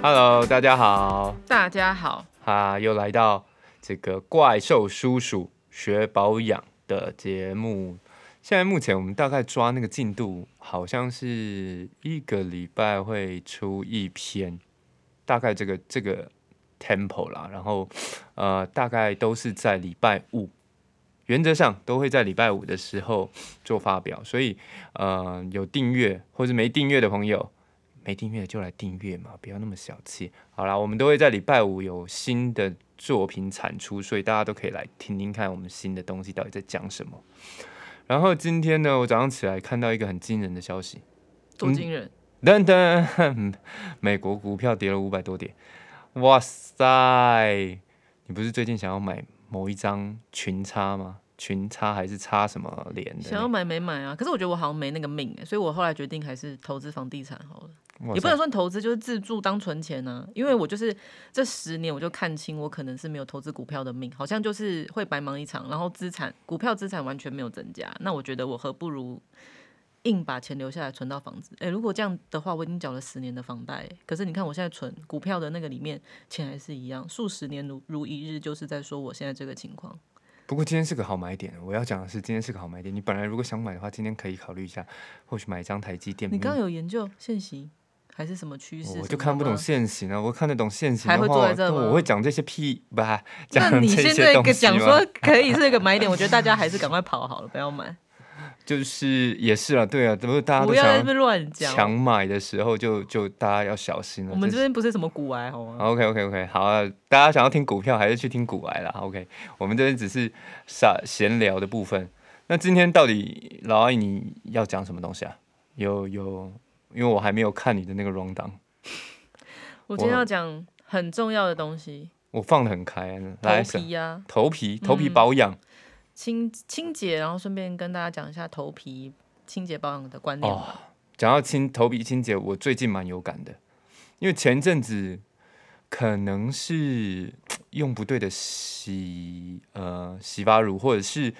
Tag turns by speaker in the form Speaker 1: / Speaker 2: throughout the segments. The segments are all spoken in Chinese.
Speaker 1: 大家好，
Speaker 2: 大家好，
Speaker 1: 哈，又来到这个怪兽叔叔学保养的节目。现在目前我们大概抓那个进度，好像是一个礼拜会出一篇，大概这个这个 tempo 啦。然后呃，大概都是在礼拜五，原则上都会在礼拜五的时候做发表。所以呃，有订阅或是没订阅的朋友，没订阅就来订阅嘛，不要那么小气。好啦，我们都会在礼拜五有新的作品产出，所以大家都可以来听听看我们新的东西到底在讲什么。然后今天呢，我早上起来看到一个很惊人的消息，
Speaker 2: 多惊人！
Speaker 1: 噔噔，美国股票跌了五百多点，哇塞！你不是最近想要买某一张群差吗？群差还是差什么联的
Speaker 2: 想要
Speaker 1: 那？
Speaker 2: 买没买啊？可是我觉得我好像没那个命、欸，所以我后来决定还是投资房地产好了。
Speaker 1: 哇
Speaker 2: 也不
Speaker 1: 塞
Speaker 2: 能算投资，就是自住当存钱呢、因为我就是这十年，我就看清我可能是没有投资股票的命，好像就是会白忙一场，然后资产股票资产完全没有增加。那我觉得我何不如硬把钱留下来存到房子？诶、如果这样的话，我已经缴了十年的房贷、欸可是你看我现在存股票的那个里面钱还是一样，数十年如如一日，就是在说我现在这个情况。
Speaker 1: 不过今天是个好买点，我要讲的是今天是个好买点。你本来如果想买的话，今天可以考虑一下，或许买一张台积电。
Speaker 2: 你刚刚有研究现行还是什么趋
Speaker 1: 嗯
Speaker 2: 势？
Speaker 1: 哦我就看不懂。现行啊！我看得懂现行
Speaker 2: 还
Speaker 1: 的
Speaker 2: 会坐
Speaker 1: 话，
Speaker 2: 在这吗
Speaker 1: 我会讲这些屁吧？讲
Speaker 2: 那你
Speaker 1: 这
Speaker 2: 现
Speaker 1: 些
Speaker 2: 在
Speaker 1: 东西
Speaker 2: 讲
Speaker 1: 吗
Speaker 2: 说可以是个买点，我觉得大家还是赶快跑好了，不要买，
Speaker 1: 就是也是啊，对啊，不过大家
Speaker 2: 不
Speaker 1: 都
Speaker 2: 要在这
Speaker 1: 想要
Speaker 2: 边乱讲
Speaker 1: 强。买的时候就，就大家要小心了。
Speaker 2: 我们
Speaker 1: 这
Speaker 2: 这
Speaker 1: 是
Speaker 2: 边不是什么股癌好吗？
Speaker 1: OK OK OK，好、啊，大家想要听股票还是去听股癌啦。OK，我们这边只是傻闲聊的部分。那今天到底老阿姨你要讲什么东西啊？有有，因为我还没有看你的那个 round down，
Speaker 2: 我今天要讲很重要的东西，
Speaker 1: 我放得很开、啊。来，
Speaker 2: 头皮嗯呀、
Speaker 1: 头皮头皮保养、
Speaker 2: 清清洁，然后顺便跟大家讲一下头皮清洁保养的观念
Speaker 1: 哦
Speaker 2: 吧。
Speaker 1: 讲到清头皮清洁，我最近蛮有感的，因为前阵子可能是用不对的洗呃洗发乳，或者是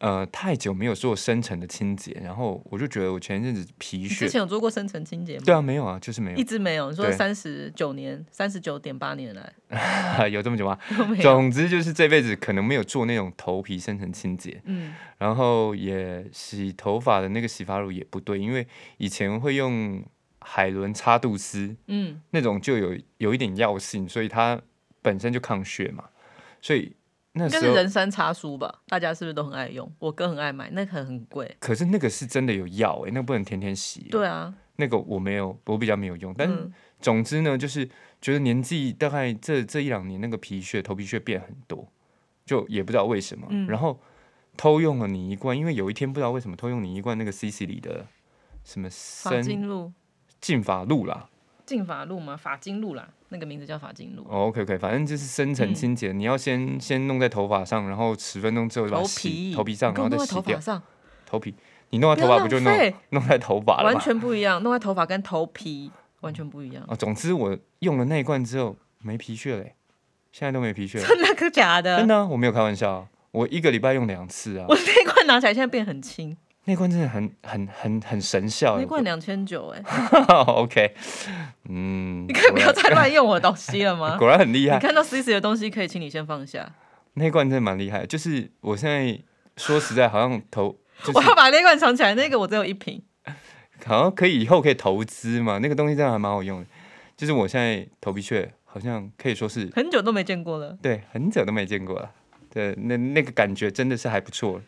Speaker 1: 呃太久没有做深层的清洁，然后我就觉得我前一阵子皮
Speaker 2: 你之
Speaker 1: 屑，
Speaker 2: 前有做过深层清洁吗？
Speaker 1: 对啊，没有啊，就是没
Speaker 2: 一直没有。你说
Speaker 1: 对
Speaker 2: 三十九年，三十九点八年来
Speaker 1: 有，有这么久吗？
Speaker 2: 都没有。
Speaker 1: 总之就是这辈子可能没有做那种头皮深层清洁，
Speaker 2: 嗯，
Speaker 1: 然后也洗头发的那个洗发乳也不对，因为以前会用海伦擦肚丝，
Speaker 2: 嗯，
Speaker 1: 那种就有有一点药性，所以它本身就抗血嘛，所以那
Speaker 2: 应该
Speaker 1: 时
Speaker 2: 是
Speaker 1: 候
Speaker 2: 人参茶酥吧？大家是不是都很爱用？我哥很爱买，那个很很贵。
Speaker 1: 可是那个是真的有药诶、那个不能天天洗、
Speaker 2: 对，啊，
Speaker 1: 那个我没有，我比较没有用。但
Speaker 2: 嗯，
Speaker 1: 总之呢，就是觉得年纪大概这这一两年，那个皮屑、头皮屑变很多，就也不知道为什么。
Speaker 2: 嗯
Speaker 1: 然后偷用了你一罐，因为有一天不知道为什么偷用你一罐那个 CC 里的什么
Speaker 2: 法
Speaker 1: 生
Speaker 2: 金露、
Speaker 1: 净发露啦，
Speaker 2: 净法露嘛，法金露啦，那个名字叫法金露。
Speaker 1: 哦，OK OK，反正就是深层
Speaker 2: 嗯
Speaker 1: 清洁，你要先先弄在头发上，然后十分钟之后就把它
Speaker 2: 头
Speaker 1: 洗
Speaker 2: 皮，
Speaker 1: 头皮上，
Speaker 2: 给
Speaker 1: 然
Speaker 2: 我
Speaker 1: 后
Speaker 2: 弄
Speaker 1: 再
Speaker 2: 在
Speaker 1: 洗
Speaker 2: 头
Speaker 1: 掉
Speaker 2: 发上，
Speaker 1: 头皮。你弄在头
Speaker 2: 不要
Speaker 1: 发不就
Speaker 2: 浪
Speaker 1: 弄
Speaker 2: 费
Speaker 1: 弄在头发了
Speaker 2: 完
Speaker 1: 吗？
Speaker 2: 全不一样。弄在头发跟头皮完全不一样，
Speaker 1: 哦，总之我用了那一罐之后没皮屑嘞，现在都没皮屑了，
Speaker 2: 真的可假的？
Speaker 1: 真的啊、我没有开玩笑啊，我一个礼拜用两次啊
Speaker 2: 我，那一罐拿起来现在变很轻，
Speaker 1: 那罐真的很很很很神效欸。
Speaker 2: 那罐两千九哎，
Speaker 1: OK，嗯，
Speaker 2: 你可以不
Speaker 1: 果
Speaker 2: 要
Speaker 1: 然
Speaker 2: 再乱用我的东西 了吗？
Speaker 1: 果然很厉
Speaker 2: 你
Speaker 1: 害，
Speaker 2: 看到 C C 的东西可以，请你先放下。
Speaker 1: 那罐真的蛮厉害，就是我现在说实在好像头。 就是
Speaker 2: 我要把那罐藏起来，那个我只有一瓶。
Speaker 1: 好像可以以后可以投资嘛，那个东西真的还蛮好用的。就是我现在头皮屑好像可以说是
Speaker 2: 很久都没见过了。
Speaker 1: 对很久都没见过了，对，那那个感觉真的是还不错。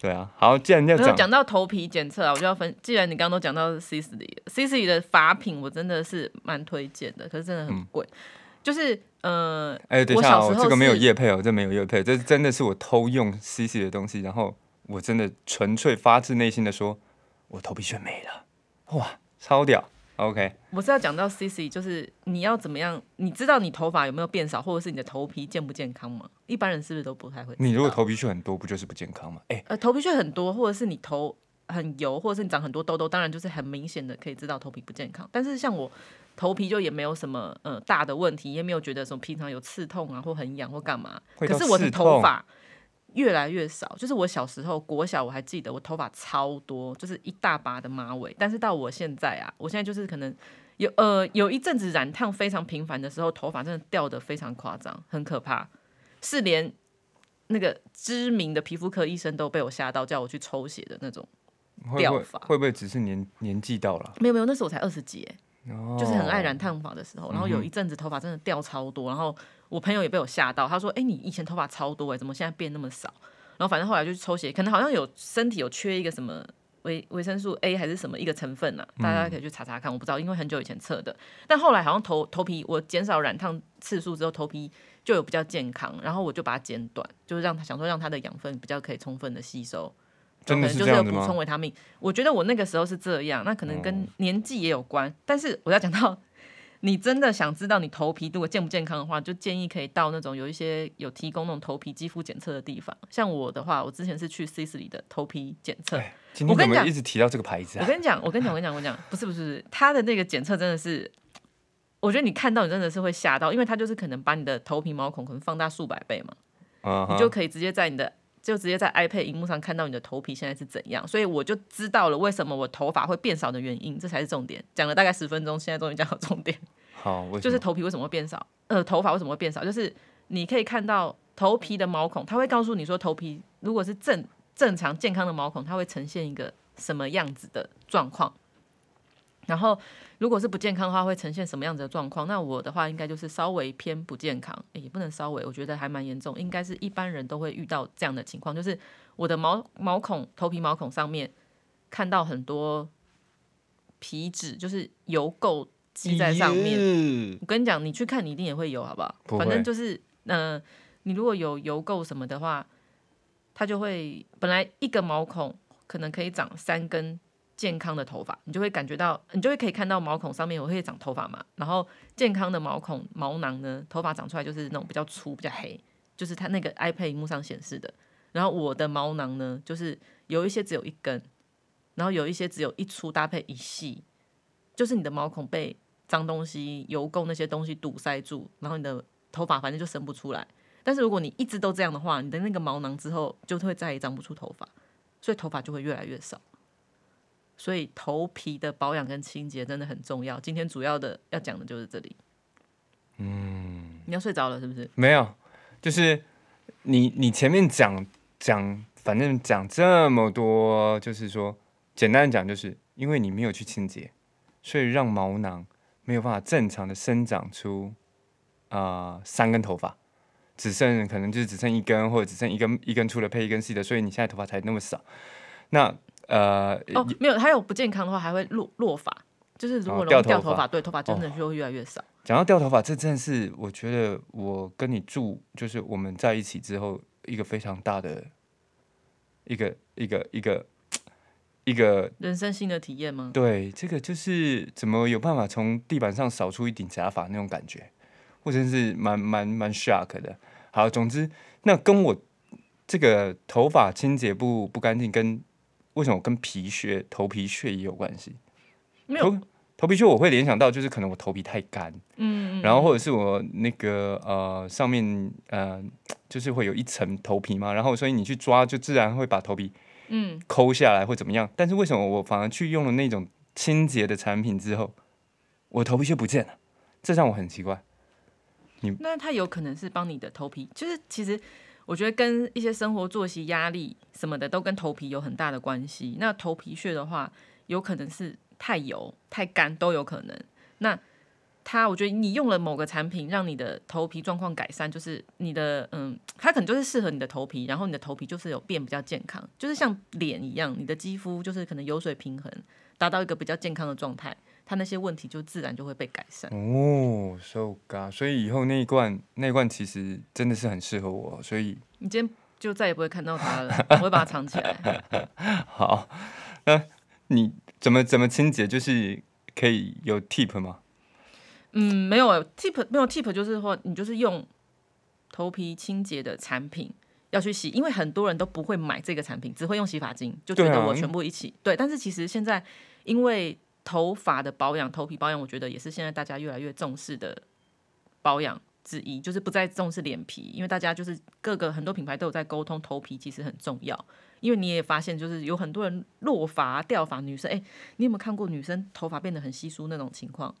Speaker 1: 对啊，好，既然要
Speaker 2: 然后
Speaker 1: 讲
Speaker 2: 讲到头皮检测啊，我就要分。既然你刚刚都讲到 C 四里，C 四里的法品我真的是蛮推荐的，可是真的
Speaker 1: 嗯
Speaker 2: 很贵。就是呃，
Speaker 1: 哎、等一
Speaker 2: 我
Speaker 1: 下
Speaker 2: 小时
Speaker 1: 哦，
Speaker 2: 候
Speaker 1: 这个没有
Speaker 2: 是
Speaker 1: 叶配哦，这没有叶配，这真的是我偷用 CC 的东西，然后我真的纯粹发自内心的说，我头皮屑没了，哇，超屌，OK，
Speaker 2: 我是要讲到 C C，就是你要怎么样，你知道你头发有没有变少，或者是你的头皮健不健康吗？一般人是不是都不太会知道？
Speaker 1: 你如果头皮屑很多，不就是不健康吗？哎、
Speaker 2: 呃头皮屑很多，或者是你头很油，或者是你长很多痘痘，当然就是很明显的可以知道头皮不健康。但是像我头皮就也没有什么呃大的问题，也没有觉得什么平常有刺痛啊或很痒或干嘛。
Speaker 1: 会
Speaker 2: 可
Speaker 1: 到
Speaker 2: 是我的
Speaker 1: 刺
Speaker 2: 头
Speaker 1: 痛
Speaker 2: 发越来越少，就是我小时候国小我还记得我头发超多，就是一大把的马尾，但是到我现在啊，我现在就是可能。有呃有一阵子染烫非常频繁的时候，头发真的掉的非常夸张，很可怕，是连那个知名的皮肤科医生都被我吓到，叫我去抽血的那种。
Speaker 1: 会不
Speaker 2: 掉
Speaker 1: 会
Speaker 2: 发
Speaker 1: 会不会只是年年纪到了，
Speaker 2: 没有没有，那时候我才二十几耶，就是很爱
Speaker 1: 哦
Speaker 2: 染烫发的时候，然后有一阵子头发真的掉超多，然后我朋友也被我吓到，他说：“哎、你以前头发超多哎，怎么现在变那么少？”然后反正后来就去抽血，可能好像有身体有缺一个什么维维生素 A 还是什么一个成分呐、啊，大家可以去查查看，我不知道，因为很久以前测的。但后来好像头头皮我减少染烫次数之后，头皮就有比较健康，然后我就把它剪短，就是让它想说让它的养分比较可以充分的吸收。
Speaker 1: 真的
Speaker 2: 可
Speaker 1: 是
Speaker 2: 能就
Speaker 1: 这
Speaker 2: 是
Speaker 1: 样
Speaker 2: 有
Speaker 1: 子
Speaker 2: 补充
Speaker 1: 吗？哦
Speaker 2: 维他命。我觉得我那个时候是这样，那可能跟年纪也有关。但是我要讲到，你真的想知道你头皮如果健不健康的话，就建议可以到那种有一些有提供那种头皮肌肤检测的地方。像我的话，我之前是去 C 四里的头皮检测。
Speaker 1: 哎今
Speaker 2: 我
Speaker 1: 天怎
Speaker 2: 跟你
Speaker 1: 么
Speaker 2: 讲
Speaker 1: 一直提到这个牌子
Speaker 2: 我
Speaker 1: 啊？
Speaker 2: 跟你讲，我跟你讲，我跟你讲，我跟你讲，不是不是不是，他的那个检测真的是，我觉得你看到你真的是会吓到，因为他就是可能把你的头皮毛孔可能放大数百倍嘛。
Speaker 1: 啊哈
Speaker 2: 你就可以直接在你的就直接在 iPad 荧幕上看到你的头皮现在是怎样，所以我就知道了为什么我头发会变少的原因，这才是重点。讲了大概十分钟，现在终于讲到重点，
Speaker 1: 好，为什
Speaker 2: 就是
Speaker 1: 么
Speaker 2: 头皮为什么会变少，呃，头发为什么会变少，就是你可以看到头皮的毛孔，它会告诉你说头皮如果是正正常健康的毛孔，它会呈现一个什么样子的状况。然后，如果是不健康的话，会呈现什么样子的状况？那我的话，应该就是稍微偏不健康，诶也不能稍微，我觉得还蛮严重，应该是一般人都会遇到这样的情况，就是我的毛毛孔、头皮毛孔上面看到很多皮脂，就是油垢积在上面。
Speaker 1: 面
Speaker 2: 我跟你讲，你去看你一定也会有，好不好？
Speaker 1: 嗯不会
Speaker 2: 反正就是，嗯，你如果有油垢什么的话，它就会本来一个毛孔可能可以长三根健康的头发，你就会感觉到，嗯你就会可以看到毛孔上面我会长头发嘛。然后健康的毛孔毛囊呢，头发长出来就是那种比较粗、比较黑，就是它那个 iPad 荧幕上显示的。然后我的毛囊呢，就是有一些只有一根，然后有一些只有一粗搭配一细，就是你的毛孔被脏东西、油垢那些东西堵塞住，然后你的头发反正就生不出来。但是如果你一直都这样的话，你的那个毛囊之后就会再也长不出头发，所以头发就会越来越少。所以头皮的保养跟清洁真的很重要。今天主要的要讲的就是这里。嗯，你要睡着了是不是？
Speaker 1: 没有，就是你你前面讲讲，反正讲这么多，就是说，简单的讲，就是因为你没有去清洁，所以让毛囊没有办法正常的生长出啊三根头发，只剩可能就是只剩一根，或者只剩一根一根粗的配一根细的，所以你现在头发才那么少。那呃，
Speaker 2: 哦，没有，还有不健康的话还会落落发，就是如果
Speaker 1: 哦
Speaker 2: 容易
Speaker 1: 掉
Speaker 2: 掉
Speaker 1: 头
Speaker 2: 头
Speaker 1: 发哦
Speaker 2: 发，对头发真的就会越来越少。
Speaker 1: 讲到掉头发，这真的是我觉得我跟你住，就是我们在一起之后，一个非常大的一个一个一个一个
Speaker 2: 人生新的体验吗？
Speaker 1: 对，这个就是怎么有办法从地板上扫出一顶假发那种感觉，我真是蛮蛮蛮 shock 的。好，总之，那跟我这个头发清洁不不干净，跟为什么跟皮屑、头皮屑也有关系？
Speaker 2: 没有
Speaker 1: 头头皮屑我会联想到就是可能我头皮太干，嗯，然后或者是我那个呃上面呃就是会有一层头皮嘛，然后所以你去抓就自然会把头皮
Speaker 2: 嗯，
Speaker 1: 抠下来或怎么样，但是为什么我反而去用了那种清洁的产品之后，我头皮屑不见了，这让我很奇怪。
Speaker 2: 那它有可能是帮你的头皮，就是其实我觉得跟一些生活作息、压力什么的都跟头皮有很大的关系。那头皮屑的话，有可能是太油、太干都有可能。那它，我觉得你用了某个产品，让你的头皮状况改善，就是你的嗯，它可能就是适合你的头皮，然后你的头皮就是有变比较健康，就是像脸一样，你的肌肤就是可能油水平衡，达到一个比较健康的状态，它那些问题就自然就会被改善。
Speaker 1: 哦，so god，所以以后那一罐那一罐其实真的是很适合我，所以
Speaker 2: 你今天就再也不会看到它了，我会把它藏起来。
Speaker 1: 好，那你怎么怎么清洁，就是可以有 tip 吗？
Speaker 2: 嗯，没有、欸、tip，没有 tip，就是说你就是用头皮清洁的产品要去洗，因为很多人都不会买这个产品，只会用洗发精，就觉
Speaker 1: 对
Speaker 2: 得
Speaker 1: 啊
Speaker 2: 我
Speaker 1: 因
Speaker 2: 全部一起。对，但是其实现在因为头发的保养、头皮保养，我觉得也是现在大家越来越重视的保养。之一就是不再重视脸皮，因为大家就是各个很多品牌都有在沟通，头皮其实很重要。因为你也发现，就是有很多人落发、掉发，女生，哎、你有没有看过女生头发变得很稀疏那种情况？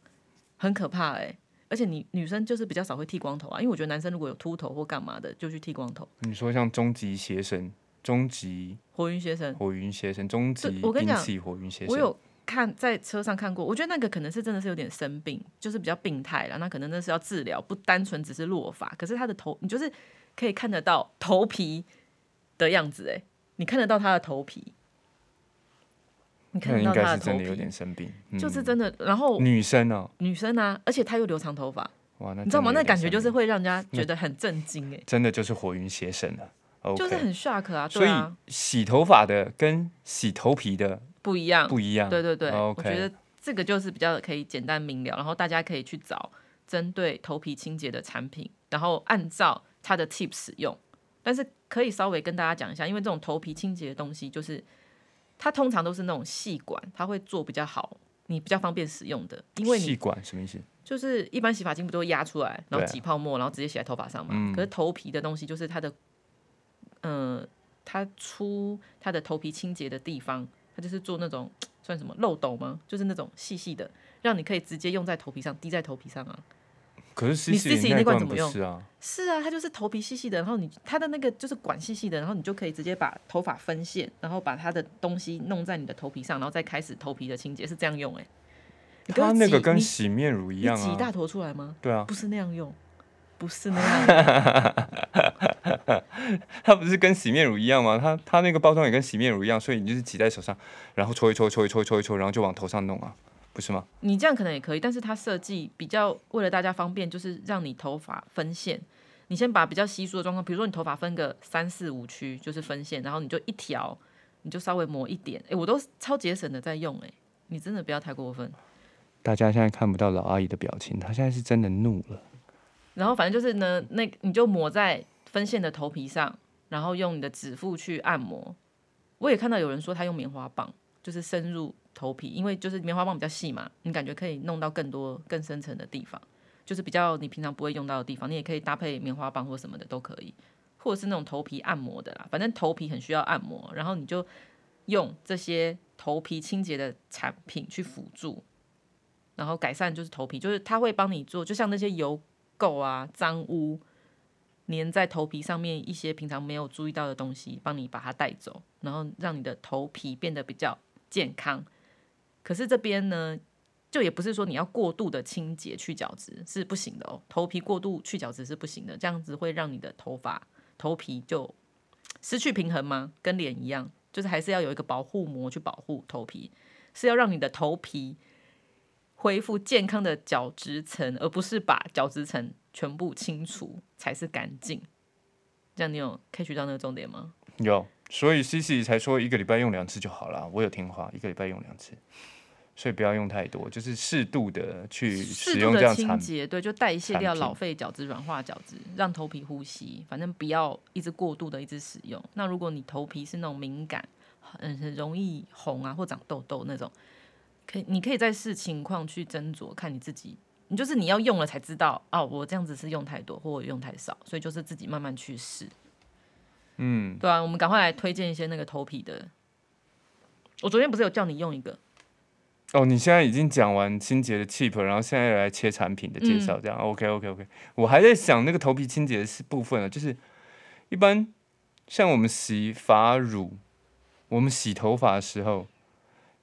Speaker 2: 很可怕哎、而且你女生就是比较少会剃光头啊，因为我觉得男生如果有秃头或干嘛的，就去剃光头。
Speaker 1: 你说像终极邪神、终极
Speaker 2: 火云邪神，
Speaker 1: 火云邪神、终极
Speaker 2: 我跟你
Speaker 1: 兵
Speaker 2: 讲
Speaker 1: 器火云邪
Speaker 2: 我
Speaker 1: 神，
Speaker 2: 有看在车上看过，我觉得那个可能是真的是有点生病，就是比较病态啦。那可能那是要治疗，不单纯只是落发。可是他的头，你就是可以看得到头皮的样子，哎，你看得到他的头皮，你看
Speaker 1: 那
Speaker 2: 得
Speaker 1: 应
Speaker 2: 到
Speaker 1: 该
Speaker 2: 他
Speaker 1: 是
Speaker 2: 头
Speaker 1: 真的有
Speaker 2: 皮，
Speaker 1: 点生病，嗯
Speaker 2: 就是真的。然后
Speaker 1: 女生哦，
Speaker 2: 女生啊，而且她又留长头发，
Speaker 1: 哇，那
Speaker 2: 你知道
Speaker 1: 真的
Speaker 2: 吗？那
Speaker 1: 有点
Speaker 2: 感觉就
Speaker 1: 生
Speaker 2: 是会让人家觉得很震惊，哎
Speaker 1: 病，真的就是火云邪神了。OK，
Speaker 2: 就是很 shock 啊，
Speaker 1: 所
Speaker 2: 对
Speaker 1: 以
Speaker 2: 啊，
Speaker 1: 洗头发的跟洗头皮的
Speaker 2: 不一样，
Speaker 1: 不一样，哦
Speaker 2: 对对对，我
Speaker 1: OK，
Speaker 2: 觉得这个就是比较可以简单明了，然后大家可以去找针对头皮清洁的产品，然后按照它的 tip 使用。但是可以稍微跟大家讲一下，因为这种头皮清洁的东西，就是它通常都是那种细管，它会做比较好，你比较方便使用的，因为你
Speaker 1: 细管什么意思？
Speaker 2: 就是一般洗发精不都会压出来，然后
Speaker 1: 对啊嗯
Speaker 2: 挤泡沫，然后直接洗在头发上嘛。可是头皮的东西就是它的，呃，它出它的头皮清洁的地方，它就是做那种算什么漏斗吗？就是那种细细的，让你可以直接用在头皮上，滴在头皮上啊。
Speaker 1: 可是
Speaker 2: 你
Speaker 1: CC
Speaker 2: 西西那
Speaker 1: 那
Speaker 2: 罐
Speaker 1: 罐
Speaker 2: 怎么
Speaker 1: 不
Speaker 2: 用
Speaker 1: 是啊，
Speaker 2: 是啊，它就是头皮细细的，然后你它的那个就是管细细的，然后你就可以直接把头发分线，然后把它的东西弄在你的头皮上，然后再开始头皮的清洁，是这样用哎、你
Speaker 1: 它那个
Speaker 2: 挤
Speaker 1: 跟
Speaker 2: 你
Speaker 1: 洗面乳一
Speaker 2: 你
Speaker 1: 样
Speaker 2: 挤
Speaker 1: 啊，
Speaker 2: 大坨出来吗？
Speaker 1: 对啊，
Speaker 2: 不是那样用，不是那样用
Speaker 1: 它不是跟洗面乳一样吗？它它那个包装也跟洗面乳一样，所以你就是挤在手上，然后搓一搓，搓一搓，搓一搓，然后就往头上弄啊，不是吗？
Speaker 2: 你这样可能也可以，但是它设计比较为了大家方便，就是让你头发分线。你先把比较稀疏的状况，比如说你头发分个三四五区，就是分线，然后你就一条，你就稍微抹一点。哎、我都超节省的在用、哎，你真的不要太过分。
Speaker 1: 大家现在看不到老阿姨的表情，她现在是真的怒了。
Speaker 2: 然后反正就是呢，那你就抹在分线的头皮上，然后用你的指腹去按摩。我也看到有人说他用棉花棒，就是深入头皮，因为就是棉花棒比较细嘛，你感觉可以弄到更多更深层的地方，就是比较你平常不会用到的地方，你也可以搭配棉花棒或什么的都可以，或者是那种头皮按摩的啦，反正头皮很需要按摩，然后你就用这些头皮清洁的产品去辅助。然后改善就是头皮，就是它会帮你做，就像那些油垢啊、脏污粘在头皮上面一些平常没有注意到的东西，帮你把它带走，然后让你的头皮变得比较健康。可是这边呢，就也不是说你要过度的清洁去角质是不行的哦，头皮过度去角质是不行的，这样子会让你的头发头皮就失去平衡吗？跟脸一样，就是还是要有一个保护膜去保护头皮，是要让你的头皮恢复健康的角质层，而不是把角质层全部清除才是干净。这样你有 catch 到那个重点吗？
Speaker 1: 有，所以 CC 才说一个礼拜用两次就好啦。我有听话，一个礼拜用两次，所以不要用太多，就是适度的去使
Speaker 2: 适度
Speaker 1: 用这
Speaker 2: 的
Speaker 1: 样
Speaker 2: 清
Speaker 1: 产品。
Speaker 2: 洁，对，就代谢掉
Speaker 1: 产品
Speaker 2: 老废角质、软化角质，让头皮呼吸。反正不要一直过度的一直使用。那如果你头皮是那种敏感，很很容易红啊或长痘痘那种，可以你可以再视情况去斟酌，看你自己。你就是你要用了才知道哦，我这样子是用太多或我用太少，所以就是自己慢慢去试。嗯，对啊，我们赶快来推荐一些那个头皮的。我昨天不是有叫你用一个，
Speaker 1: 哦，你现在已经讲完清洁的 tip，然后现在来切产品的介绍，
Speaker 2: 嗯
Speaker 1: 这样、OK 哦 OK OK。我还在想那个头皮清洁的是部分啊，就是一般像我们洗发乳，我们洗头发的时候，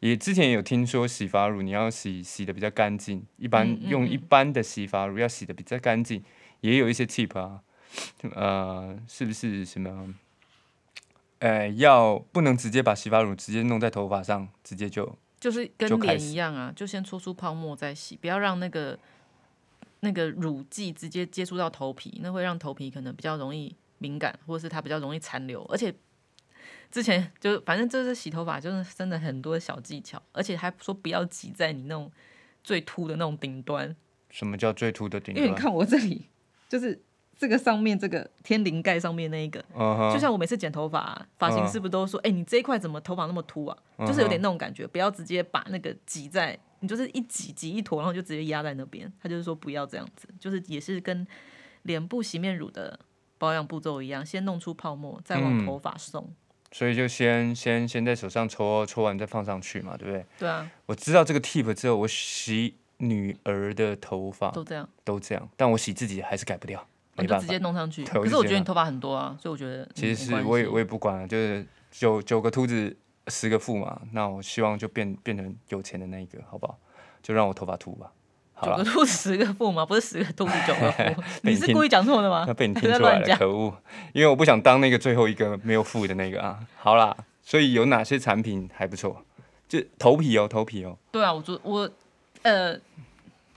Speaker 1: 也之前也有听说洗发乳你要洗洗的比较干净，一般、
Speaker 2: 嗯嗯
Speaker 1: 用
Speaker 2: 嗯
Speaker 1: 一般的洗发乳要洗的比较干净，也有一些 tip 啊，呃，是不是什么？呃，要不能直接把洗发乳直接弄在头发上，直接就
Speaker 2: 就是跟
Speaker 1: 就开
Speaker 2: 脸
Speaker 1: 始
Speaker 2: 一样啊，就先搓出泡沫再洗，不要让那个那个乳剂直接接触到头皮，那会让头皮可能比较容易敏感，或者是它比较容易残留。而且之前就反正就是洗头发，就是真的很多小技巧，而且还说不要挤在你那种最秃的那种顶端，
Speaker 1: 什么叫最秃的顶
Speaker 2: 因为你
Speaker 1: 端？
Speaker 2: 看我这里就是这个上面这个天灵盖上面那一个，
Speaker 1: 嗯哼，
Speaker 2: 就像我每次剪头发、发型师不都说，哎、你这一块怎么头发那么秃啊？
Speaker 1: 嗯
Speaker 2: 就是有点那种感觉，不要直接把那个挤在，你就是一挤挤一坨，然后就直接压在那边。他就是说不要这样子，就是也是跟脸部洗面乳的保养步骤一样，先弄出泡沫，再往
Speaker 1: 嗯
Speaker 2: 头发送。
Speaker 1: 所以就先先先在手上搓，搓完再放上去嘛，对不对？
Speaker 2: 对啊，
Speaker 1: 我知道这个 tip 之后，我洗女儿的头发
Speaker 2: 都这样，
Speaker 1: 都这样，但我洗自己还是改不掉，
Speaker 2: 我
Speaker 1: 没
Speaker 2: 就
Speaker 1: 办
Speaker 2: 直
Speaker 1: 法
Speaker 2: 接。弄上去。
Speaker 1: 对我
Speaker 2: 可
Speaker 1: 就是
Speaker 2: 我
Speaker 1: 直
Speaker 2: 觉
Speaker 1: 接
Speaker 2: 得你
Speaker 1: 拿
Speaker 2: 头发很多啊，所以我觉得嗯
Speaker 1: 其
Speaker 2: 没
Speaker 1: 实
Speaker 2: 关
Speaker 1: 我也
Speaker 2: 系
Speaker 1: 我也不管了，就是九九个秃子十个富嘛，那我希望就变变成有钱的那一个，好不好？就让我头发秃吧。好啊
Speaker 2: 九
Speaker 1: 了，
Speaker 2: 个，兔子十个富吗？不是十个兔子九个富
Speaker 1: 被
Speaker 2: 你
Speaker 1: 你
Speaker 2: 是
Speaker 1: 听
Speaker 2: 故意讲错的吗？
Speaker 1: 那 被你听
Speaker 2: 在
Speaker 1: 出来
Speaker 2: 乱
Speaker 1: 了，
Speaker 2: 讲。
Speaker 1: 可恶！因为我不想当那个最后一个没有富的那个啊。好啦，所以有哪些产品还不错？就头皮哦，头皮哦，
Speaker 2: 对啊，我昨我呃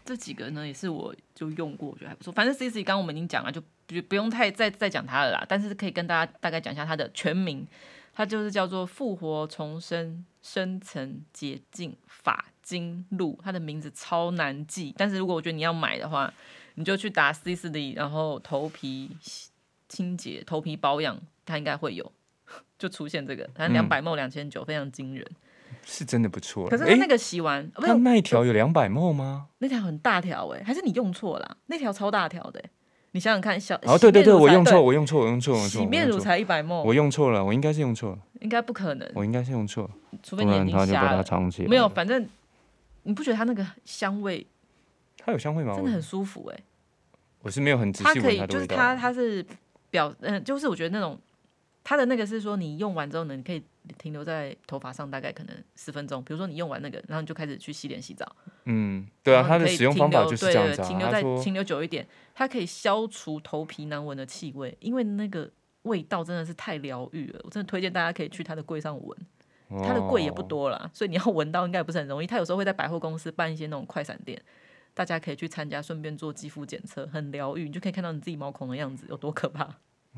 Speaker 2: 这几个呢也是我就用过，我觉得还不错。反正 C C 刚刚我们已经讲了，就不不用太再再讲它了啦。但是可以跟大家大概讲一下它的全名，它就是叫做复活重生深层洁净法精露，它的名字超难记。但是如果我觉得你要买的话，你就去打 C C 里，然后头皮清洁、头皮保养，它应该会有。 就出现这个，反正两百梦两千九，非常惊人。
Speaker 1: 是真的不错啦。
Speaker 2: 可是它
Speaker 1: 诶
Speaker 2: 那个洗完，不
Speaker 1: 它
Speaker 2: 是
Speaker 1: 那一条有两百沫吗？
Speaker 2: 那条很大条哎、还是你用错了啊？那条超大条的欸、你想想看，小
Speaker 1: 哦，对对对，我用错，
Speaker 2: 我
Speaker 1: 我用错，我用错，我用错，
Speaker 2: 洗
Speaker 1: 我
Speaker 2: 面
Speaker 1: 用
Speaker 2: 乳
Speaker 1: 错，
Speaker 2: 才一哦百梦，
Speaker 1: 我用错了，我应该是用错了，
Speaker 2: 应该不可能，
Speaker 1: 我应该是用错了，
Speaker 2: 除
Speaker 1: 不
Speaker 2: 非你眼
Speaker 1: 然它就
Speaker 2: 睛
Speaker 1: 被
Speaker 2: 瞎
Speaker 1: 它
Speaker 2: 了。
Speaker 1: 藏起来。
Speaker 2: 没有，，反正你不觉得它那个香味
Speaker 1: 它有香味吗？
Speaker 2: 真的很舒服哎、
Speaker 1: 我是没有很哦仔
Speaker 2: 它
Speaker 1: 细
Speaker 2: 可
Speaker 1: 闻
Speaker 2: 以
Speaker 1: 它的
Speaker 2: 就是
Speaker 1: 味道。啊
Speaker 2: 它它是表嗯、就是我觉得那种它的那个是说你用完之后呢，你可以停留在头发上大概可能十分钟，比如说你用完那个，然后你就开始去洗脸洗澡。
Speaker 1: 嗯，对啊，
Speaker 2: 然后
Speaker 1: 它
Speaker 2: 你
Speaker 1: 的
Speaker 2: 可以
Speaker 1: 使用方法
Speaker 2: 停留
Speaker 1: 就是这样子
Speaker 2: 对对
Speaker 1: 啊。
Speaker 2: 停留
Speaker 1: 他
Speaker 2: 在
Speaker 1: 说
Speaker 2: 停留久一点，它可以消除头皮难闻的气味，因为那个味道真的是太疗愈了，我真的推荐大家可以去它的柜上闻，它的柜也不
Speaker 1: 哦
Speaker 2: 多啦，所以你要闻到应该也不是很容易。它有时候会在百货公司办一些那种快闪店。大家可以去参加，顺便做肌肤检测，很疗愈，你就可以看到你自己毛孔的样子有多可怕。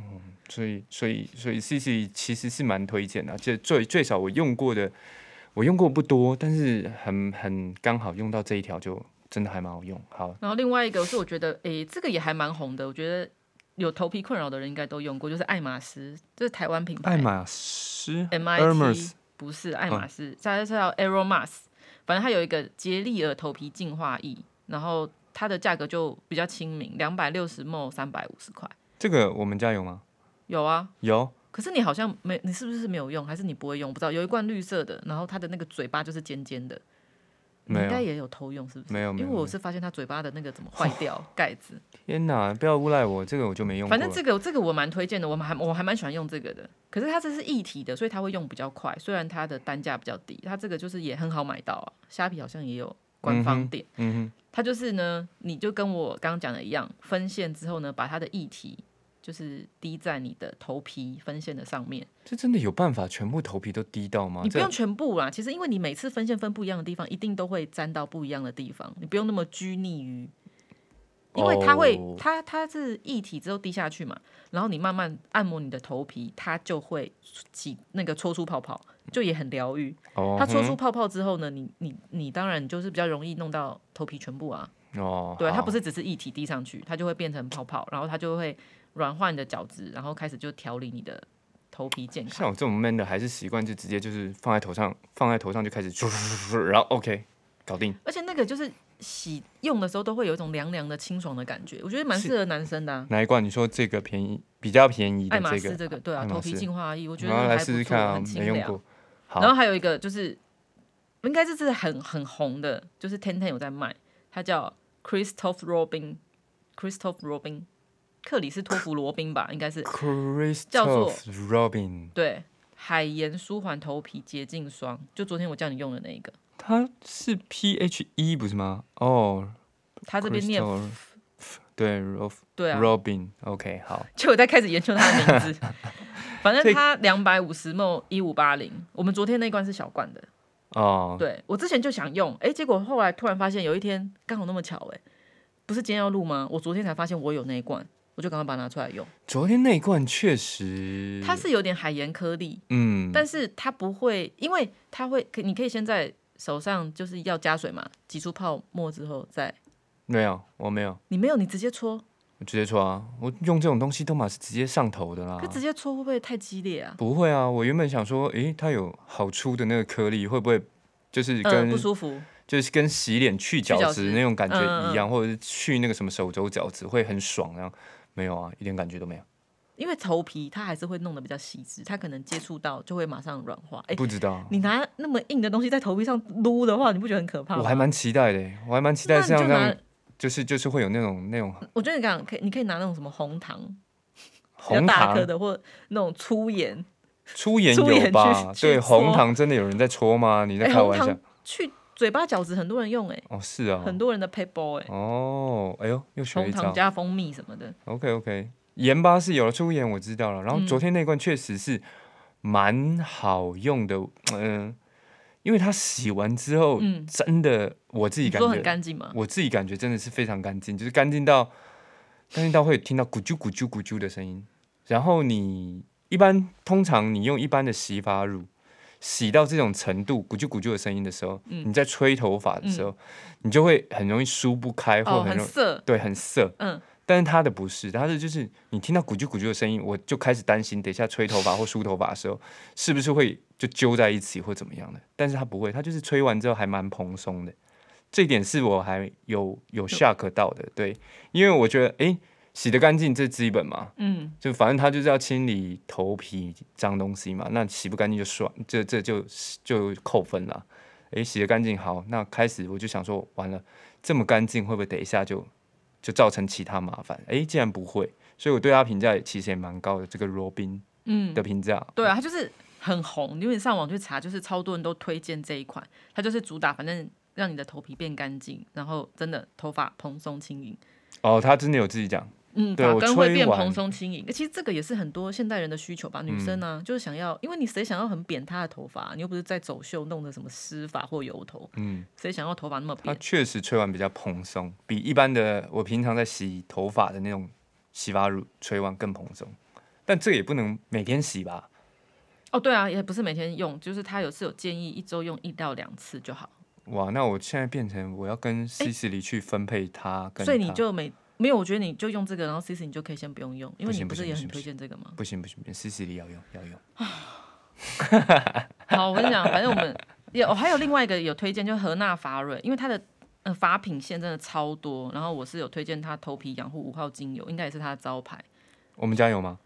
Speaker 1: 所以所以所以 C C 其实是蛮推荐的，这最最少我用过的，我用过不多，但是很很刚好用到这一条就真的还蛮好用。好，
Speaker 2: 然后另外一个是我觉得，诶、这个也还蛮红的，我觉得有头皮困扰的人应该都用过，就是爱马仕，这是台湾品牌，
Speaker 1: 爱马仕
Speaker 2: M I
Speaker 1: Hermes 嗯
Speaker 2: T 不是爱马仕，它是叫 Aeromas，反正它有一个杰利尔头皮净化液，然后它的价格就比较亲民，两百六十 ml 三百五十块。
Speaker 1: 这个我们家有吗？
Speaker 2: 有啊，
Speaker 1: 有，
Speaker 2: 可是你好像没，你是不是没有用，还是你不会用？不知道。有一罐绿色的，然后它的那个嘴巴就是尖尖的，你
Speaker 1: 没有
Speaker 2: 应该也有偷用是不是？
Speaker 1: 没有没
Speaker 2: 因为
Speaker 1: 有
Speaker 2: 我是发现它嘴巴的那个怎么坏 掉盖子。
Speaker 1: 天哪，不要诬赖我，这个我就没用过
Speaker 2: 反
Speaker 1: 了。
Speaker 2: 正这个这个我蛮推荐的，我们还我还蛮喜欢用这个的。可是它这是一体的，所以它会用比较快，虽然它的单价比较低，它这个就是也很好买到啊。虾皮好像也有官
Speaker 1: 嗯
Speaker 2: 方
Speaker 1: 哼
Speaker 2: 店，
Speaker 1: 嗯
Speaker 2: 它就是呢，你就跟我刚刚讲的一样，分线之后呢，把它的液体就是滴在你的头皮分线的上面，
Speaker 1: 哼，这真的有办法全部头皮都滴到吗？
Speaker 2: 你
Speaker 1: 哦
Speaker 2: 不
Speaker 1: 这
Speaker 2: 用全部啦。其实因为你每次分线分不一样的地方，一定都会沾到不一样的地方，你不用那么拘泥于因为它会，
Speaker 1: 哦
Speaker 2: 它它是液体之后滴下去嘛，然后你慢慢按摩你的头皮，它就会起那个搓出泡泡，就也很疗愈。
Speaker 1: 哦
Speaker 2: 它搓出
Speaker 1: 哼
Speaker 2: 泡泡之后呢，你你你当然就是比较容易弄到头皮全部啊，
Speaker 1: 哦，
Speaker 2: 对，它
Speaker 1: 好
Speaker 2: 不是只是液体滴上去，它就会变成泡泡，然后它就会软化你的角质，然后开始就调理你的头皮健康。
Speaker 1: 像我这种 man 的，还是习惯就直接就是放在头上，放在头上就开始咻咻咻咻，然后 OK，搞定。
Speaker 2: 而且那个就是洗用的时候都会有一种凉凉的清爽的感觉，我觉得蛮
Speaker 1: 是
Speaker 2: 适合男生的、啊。
Speaker 1: 哪一罐？你说这个便宜，比较便宜的
Speaker 2: 爱马
Speaker 1: 这
Speaker 2: 仕
Speaker 1: 个，
Speaker 2: 这个对啊，
Speaker 1: 爱马
Speaker 2: 头皮
Speaker 1: 仕
Speaker 2: 净化液，我觉得
Speaker 1: 然后
Speaker 2: 还
Speaker 1: 来
Speaker 2: 不
Speaker 1: 试试
Speaker 2: 错
Speaker 1: 看啊
Speaker 2: 很，清
Speaker 1: 没用
Speaker 2: 凉。
Speaker 1: 过。好
Speaker 2: 然后还有一个就是，应该这是很很红的，就是 Ten Ten 有在卖，它叫 Christoph Robin Christoph Robin 克里斯托弗罗宾吧，应该是
Speaker 1: Christoph
Speaker 2: 叫做
Speaker 1: Robin，
Speaker 2: 对海盐舒缓头皮洁净霜，就昨天我叫你用的那一个，
Speaker 1: 它是 P H E 不是吗？哦，
Speaker 2: 他这边念
Speaker 1: Christoph- 对，Rof
Speaker 2: 对啊，
Speaker 1: Robin，OK，好，
Speaker 2: 就我在开始研究它的 名字。反
Speaker 1: 所以
Speaker 2: 正它两百五十 ml 一五八零，我们昨天那一罐是小罐的，
Speaker 1: 哦，
Speaker 2: 对我之前就想用，哎、结果后来突然发现有一天刚好那么巧、哎，不是今天要录吗？我昨天才发现我有那一罐，我就赶快把它拿出来用。
Speaker 1: 昨天那一罐确实，
Speaker 2: 它是有点海盐颗粒，
Speaker 1: 嗯，
Speaker 2: 但是它不会，因为它会，可你可以先在手上就是要加水嘛，挤出泡沫之后再，
Speaker 1: 没有，我没有，
Speaker 2: 你没有你直接搓，
Speaker 1: 我直接说啊，我用这种东西都嘛是直接上头的啦
Speaker 2: 可。直接搓会不会太激烈啊？
Speaker 1: 不会啊，我原本想说，诶，它有好粗的那个颗粒，会不会就是
Speaker 2: 嗯，
Speaker 1: 跟
Speaker 2: 不舒服。
Speaker 1: 就是跟洗脸去角
Speaker 2: 角
Speaker 1: 质
Speaker 2: 质
Speaker 1: 那种感觉
Speaker 2: 嗯嗯
Speaker 1: 一样，或者是去那个什么手肘角质会很爽，然后没有啊，一点感觉都没有。
Speaker 2: 因为头皮它还是会弄得比较细致，它可能接触到就会马上软化。哎、
Speaker 1: 不知道，
Speaker 2: 你拿那么硬的东西在头皮上撸的话，你不觉得很可怕吗？
Speaker 1: 我还蛮期待的耶，我还蛮期
Speaker 2: 啊那
Speaker 1: 待
Speaker 2: 你
Speaker 1: 像
Speaker 2: 就
Speaker 1: 这
Speaker 2: 拿
Speaker 1: 样，，就是就是会有那种那种
Speaker 2: 我觉得你讲可以，你可以拿那种什么红糖比较
Speaker 1: 红
Speaker 2: 大
Speaker 1: 糖
Speaker 2: 颗的，或那种粗盐，
Speaker 1: 粗盐
Speaker 2: 粗盐
Speaker 1: 有
Speaker 2: 去
Speaker 1: 吧？
Speaker 2: 去
Speaker 1: 对，红
Speaker 2: 搓
Speaker 1: 糖真的有人在搓吗？你在
Speaker 2: 哎
Speaker 1: 开
Speaker 2: 红
Speaker 1: 玩笑
Speaker 2: 糖？去嘴巴饺子，很多人用哎、
Speaker 1: 哦，是啊，
Speaker 2: 很多人的 paper 哎、
Speaker 1: 哦，哎呦，又学了
Speaker 2: 红
Speaker 1: 一
Speaker 2: 糖
Speaker 1: 招。
Speaker 2: 加蜂蜜什么的，
Speaker 1: OK OK，盐巴是有了，粗盐我知道了。然
Speaker 2: 嗯
Speaker 1: 后昨天那罐确实是蛮好用的，嗯、因为它洗完之后，
Speaker 2: 嗯
Speaker 1: 真的我自己
Speaker 2: 你
Speaker 1: 感
Speaker 2: 说很
Speaker 1: 觉，
Speaker 2: 干净吗？
Speaker 1: 我自己感觉真的是非常干净，就是干净到干净到会听到咕啾咕啾咕啾的声音。然后你一般通常你用一般的洗发乳。洗到这种程度，咕啾咕啾的声音的时候，
Speaker 2: 嗯
Speaker 1: 你在吹头发的时候，你就会很容易梳不开，
Speaker 2: 哦，
Speaker 1: 或很
Speaker 2: 很
Speaker 1: 容易、
Speaker 2: 涩，
Speaker 1: 对很涩。
Speaker 2: 嗯，
Speaker 1: 但是他的不是，他的就是你听到咕啾咕啾的声音，我就开始担心，等一下吹头发或梳头发的时候，是不是会就揪在一起或怎么样的？但是他不会，他就是吹完之后还蛮蓬松的，这一点是我还有有 shock 到的，对，因为我觉得诶，洗得干净这基本嘛，
Speaker 2: 嗯，
Speaker 1: 就反正他就是要清理头皮脏东西嘛，那洗不干净就算，这这就就扣分了。诶，洗得干净好，那开始我就想说，完了这么干净会不会等一下就就造成其他麻烦？诶，竟然不会，所以我对他评价也其实也蛮高的。这个 Robin
Speaker 2: 嗯
Speaker 1: 的评价，
Speaker 2: 对啊，它就是很红，因为你上网去查，就是超多人都推荐这一款，它就是主打，反正让你的头皮变干净，然后真的头发蓬松轻盈，
Speaker 1: 哦，他真的有自己讲，
Speaker 2: 嗯，
Speaker 1: 对
Speaker 2: 发
Speaker 1: 我
Speaker 2: 根会
Speaker 1: 吹
Speaker 2: 变
Speaker 1: 完嗯
Speaker 2: 蓬松轻盈。其实这个也是很多现代人的需求吧，女生呢、就是想要，因为你谁想要很扁塌的头发、你又不是在走秀弄的什么湿发或油头，
Speaker 1: 嗯，
Speaker 2: 谁想要头发那么
Speaker 1: 他
Speaker 2: 扁？
Speaker 1: 确实吹完比较蓬松，比一般的我平常在洗头发的那种洗发乳吹完更蓬松，但这个也不能每天洗吧？
Speaker 2: 哦，对啊，也不是每天用，就是它有是有建议一周用一到两次就好，
Speaker 1: 哇，那我现在变成我要跟 C C 里去分配它，跟
Speaker 2: 所以你
Speaker 1: 它
Speaker 2: 就每没有，我觉得你就用这个，然后 C C 你就可以先不用用，因为
Speaker 1: 不
Speaker 2: 你
Speaker 1: 行
Speaker 2: 不
Speaker 1: 不
Speaker 2: 是
Speaker 1: 行
Speaker 2: 也
Speaker 1: 不
Speaker 2: 很
Speaker 1: 行不
Speaker 2: 推
Speaker 1: 行
Speaker 2: 荐这个吗？
Speaker 1: 不行不行，C C 里要用要用，
Speaker 2: 好，我跟你讲，反正我们有还有另外一个有推荐，就是荷纳法蕊，因为它的呃发品线真的超多，然后我是有推荐它头皮养护五号精油，应该也是它的招牌。
Speaker 1: 我们家有吗？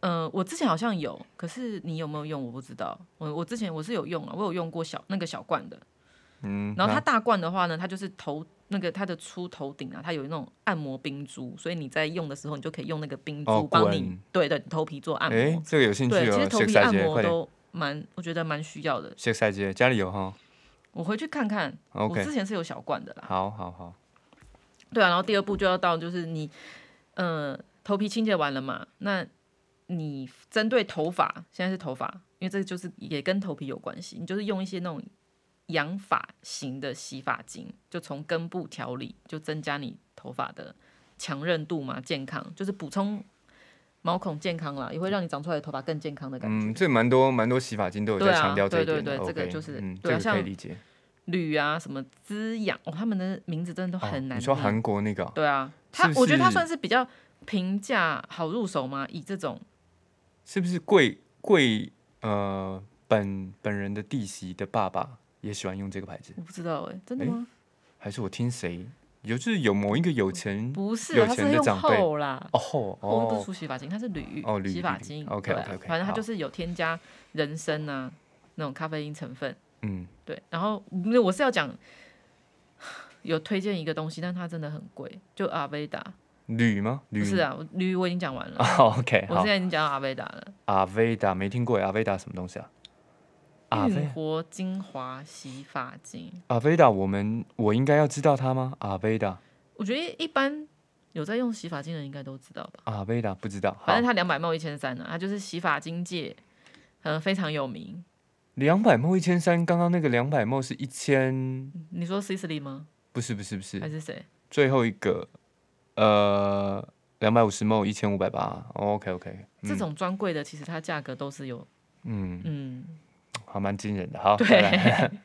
Speaker 2: 呃，我之前好像有，可是你有没有用我不知道。我我之前我是有用啊，我有用过小那个小罐的，
Speaker 1: 嗯，
Speaker 2: 然后它
Speaker 1: 那
Speaker 2: 大罐的话呢，它就是头那个它的出头顶啊，它有那种按摩冰珠，所以你在用的时候，你就可以用那个冰珠
Speaker 1: 哦
Speaker 2: 帮你、
Speaker 1: 滚
Speaker 2: 对对头皮做按摩。
Speaker 1: 诶，这个有兴趣
Speaker 2: 对，其
Speaker 1: 哦
Speaker 2: 实，头皮
Speaker 1: 塞
Speaker 2: 按
Speaker 1: 姐
Speaker 2: 摩
Speaker 1: 快点，
Speaker 2: 都蛮，我觉得蛮需要的。
Speaker 1: 谢塞姐家里有哈
Speaker 2: 我回去看看，我
Speaker 1: ，OK，
Speaker 2: 之前是有小罐的啦。
Speaker 1: 好好好，
Speaker 2: 对啊，然后第二步就要到就是你，呃，头皮清洁完了嘛，那你针对头发，现在是头发，因为这就是也跟头皮有关系，你就是用一些那种养发型的洗发精，就从根部调理，就增加你头发的强韧度嘛，健康，就是补充毛孔健康啦，也会让你长出来的头发更健康的感觉。
Speaker 1: 嗯，这蛮多蛮多洗发精都有
Speaker 2: 对
Speaker 1: 在
Speaker 2: 啊
Speaker 1: 强调这一
Speaker 2: 对
Speaker 1: 点
Speaker 2: 对
Speaker 1: 的
Speaker 2: 对这个
Speaker 1: ，OK，
Speaker 2: 就是
Speaker 1: 嗯，
Speaker 2: 对
Speaker 1: 这个
Speaker 2: 啊
Speaker 1: 可以
Speaker 2: 像
Speaker 1: 理解。
Speaker 2: 铝啊，什么滋养，哦，他们的名字真的都
Speaker 1: 哦
Speaker 2: 很难、
Speaker 1: 你说韩国那个啊，
Speaker 2: 对啊，
Speaker 1: 是
Speaker 2: 它
Speaker 1: 不
Speaker 2: 我觉得它
Speaker 1: 是
Speaker 2: 算是比较平价好入手吗？以这种
Speaker 1: 是不是贵贵呃本本人的弟媳的爸爸也喜欢用这个牌子？
Speaker 2: 我不知道哎、真的
Speaker 1: 诶
Speaker 2: 吗？
Speaker 1: 还是我听谁？有就是有某一个有钱
Speaker 2: 不是
Speaker 1: 有
Speaker 2: 啊，它
Speaker 1: 钱
Speaker 2: 是
Speaker 1: 的
Speaker 2: 用
Speaker 1: 长辈
Speaker 2: 厚啦，
Speaker 1: 哦
Speaker 2: 厚不是
Speaker 1: 哦
Speaker 2: 出洗发精，它是铝
Speaker 1: 哦铝
Speaker 2: 洗发
Speaker 1: 铝
Speaker 2: 精。
Speaker 1: OK，OK，OK，
Speaker 2: 对啊
Speaker 1: OK，
Speaker 2: 反正
Speaker 1: 好
Speaker 2: 它就是有添加人参啊那种咖啡因成分。
Speaker 1: 嗯，
Speaker 2: 对，然后没有我是要讲有推荐一个东西，但它真的很贵，就阿维达。
Speaker 1: 铝吗？铝
Speaker 2: 不是啊，我铝我已经讲完了，
Speaker 1: 哦 OK
Speaker 2: 我
Speaker 1: 好
Speaker 2: 现，在已经讲到阿维达了。
Speaker 1: 阿维达没听过，阿维达什么东西啊？阿
Speaker 2: 运
Speaker 1: 维
Speaker 2: 活精华洗发精，
Speaker 1: 阿维达，我们我应该要知道它吗？阿维达，
Speaker 2: 我觉得一般有在用洗发精的人应该都知道吧。
Speaker 1: 阿维达不知道。好
Speaker 2: 反正，它两百毛一千三呢，它就是洗发精界，呃，非常有名。
Speaker 1: 两百梦一千三，刚刚那个两百梦是一千，
Speaker 2: 你说 Sisley 吗？
Speaker 1: 不是不是不是
Speaker 2: 还，是谁？
Speaker 1: 最后一个，呃，两百五十梦一千五百八，OK 哦 OK，
Speaker 2: 这种专柜的其实它价格都是有，
Speaker 1: 嗯，
Speaker 2: 嗯，
Speaker 1: 还蛮惊人的。好，再来，
Speaker 2: 对，嗯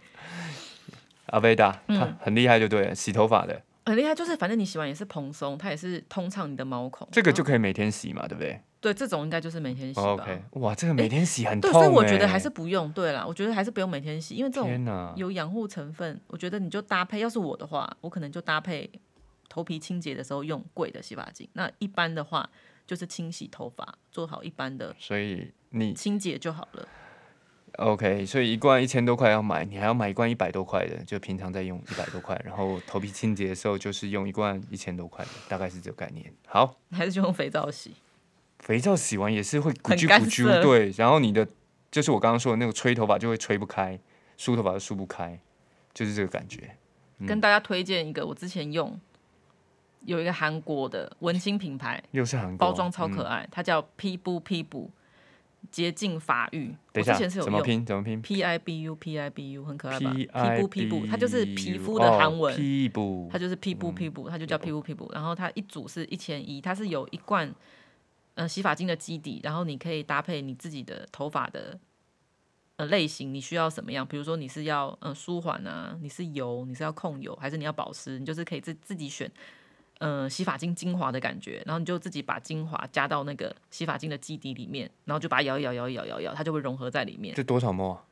Speaker 1: 阿维达，他很厉害就对了，洗头发的，
Speaker 2: 很厉害。就是反正你洗完也是蓬松，它也是通畅你的毛孔。
Speaker 1: 这个就
Speaker 2: 然后
Speaker 1: 可以每天洗嘛，对不对
Speaker 2: 对，这种应该就是每天洗吧。
Speaker 1: 哦？OK，哇，这个每天洗很痛
Speaker 2: 对，
Speaker 1: 哎。
Speaker 2: 所以我觉得还是不用。对啦，我觉得还是不用每天洗，因为这种
Speaker 1: 天哪，
Speaker 2: 有养护成分，我觉得你就搭配。要是我的话，我可能就搭配头皮清洁的时候用贵的洗发精，那一般的话就是清洗头发，做好一般的
Speaker 1: 所以你
Speaker 2: 清洁就好了。
Speaker 1: OK，所以一罐一千多块要买，你还要买一罐一百多块的，就平常在用一百多块，然后头皮清洁的时候就是用一罐一千多块的，大概是这个概念。好，
Speaker 2: 还是就用肥皂洗，
Speaker 1: 肥皂洗完也是会咕
Speaker 2: 很
Speaker 1: 啾
Speaker 2: 干
Speaker 1: 咕啾，
Speaker 2: 涩
Speaker 1: 对，然后你的就是我刚刚说的那个吹头发就会吹不开，梳头发就梳不开，就是这个感觉。
Speaker 2: 跟大家推荐一个，我之前用有一个韩国的文青品牌，
Speaker 1: 又是韩国
Speaker 2: 包装超可
Speaker 1: 嗯
Speaker 2: 爱，它叫 P 布 P 布洁净发育。
Speaker 1: 等
Speaker 2: 我
Speaker 1: 一下
Speaker 2: 之前是有
Speaker 1: 怎么
Speaker 2: 用
Speaker 1: 拼？怎么拼
Speaker 2: P I B U P I B U 很可爱吧
Speaker 1: P I
Speaker 2: ？P 布 P 布，它就是皮肤的韩文。
Speaker 1: 哦皮肤
Speaker 2: 它就是屁布屁布，它就叫
Speaker 1: 嗯有
Speaker 2: 屁布屁布。然后它一组是一千一，它是有一罐呃洗发精的基底，然后你可以搭配你自己的头发的呃类型，你需要什么样？比如说你是要呃舒缓啊，你是油，你是要控油，还是你要保湿？你就是可以自自己选。呃，洗发精精华的感觉，然后你就自己把精华加到那个洗发精的基底里面，然后就把它摇一摇，摇一摇，摇一摇，它就会融合在里面。
Speaker 1: 这多少墨、啊？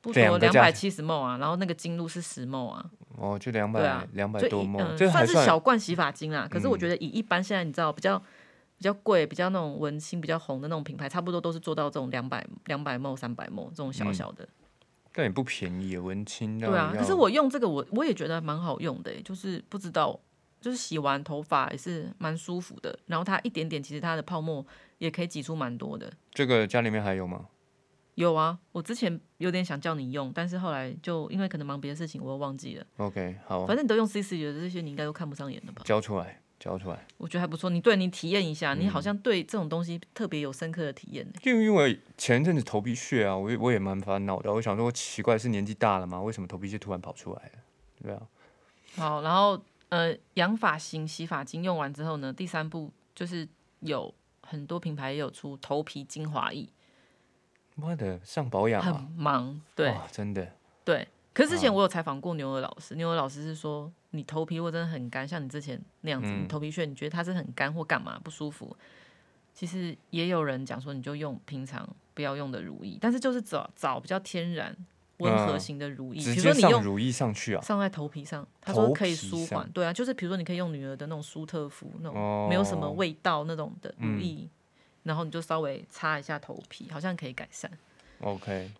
Speaker 2: 不
Speaker 1: 两
Speaker 2: 说
Speaker 1: 个
Speaker 2: 两
Speaker 1: 加
Speaker 2: 百七十 ml 啊，然后那个精露是十 ml 啊，
Speaker 1: 哦，就两
Speaker 2: 对
Speaker 1: 百
Speaker 2: 啊
Speaker 1: 两百
Speaker 2: 就
Speaker 1: 多
Speaker 2: 以
Speaker 1: 墨，
Speaker 2: 嗯
Speaker 1: 这还嗯
Speaker 2: 是小罐洗发精啦。可是我觉得以一般现在你知道比较比较贵、比较那种文青、比较红的那种品牌，差不多都是做到这种两百两百 ml、三百 ml 这种小小的。
Speaker 1: 但也不便宜耶，文青
Speaker 2: 对啊，
Speaker 1: 嗯要
Speaker 2: 可是我用这个我我也觉得蛮好用的欸、就是不知道。就是洗完头发也是蛮舒服的，然后它一点点，其实它的泡沫也可以挤出蛮多的。
Speaker 1: 这个家里面还有吗？
Speaker 2: 有啊，我之前有点想叫你用，但是后来就因为可能忙别的事情，我又忘记了。
Speaker 1: OK，好，啊
Speaker 2: 反正你都用 CC 的这些，你应该都看不上眼了吧？
Speaker 1: 交出来，交出来。
Speaker 2: 我觉得还不错，你对你体验一下，你好
Speaker 1: 嗯
Speaker 2: 像对这种东西特别有深刻的体验呢、
Speaker 1: 就因为前阵子头皮屑啊，我也我也蛮烦恼的。我想说，奇怪，是年纪大了吗？为什么头皮屑突然跑出来了？对啊，
Speaker 2: 好，然后呃，养发型洗发精用完之后呢，第三步就是有很多品牌也有出头皮精华液，
Speaker 1: 妈的，上保养
Speaker 2: 很
Speaker 1: 啊，嗯
Speaker 2: 忙，对
Speaker 1: 哇，真的
Speaker 2: 对。可是之前我有采访过牛尔老师，牛尔老师是说，你头皮如果真的很干，像你之前那样子，
Speaker 1: 嗯
Speaker 2: 你头皮屑你觉得它是很干或干嘛不舒服，其实也有人讲说，你就用平常不要用的乳液，但是就是找找比较天然温和
Speaker 1: 嗯
Speaker 2: 型的乳液，
Speaker 1: 直
Speaker 2: 比如说
Speaker 1: 接
Speaker 2: 你
Speaker 1: 上
Speaker 2: 用
Speaker 1: 乳液上去啊。
Speaker 2: 上在头皮上，他
Speaker 1: 头
Speaker 2: 说
Speaker 1: 皮
Speaker 2: 可以舒
Speaker 1: 上
Speaker 2: 缓，对啊，就是比如说你可以用女儿的那种舒特肤那种没有什么
Speaker 1: 哦
Speaker 2: 味道那种的乳
Speaker 1: 嗯
Speaker 2: 液，然后你就稍微擦一下头皮，好像可以改善。
Speaker 1: OK，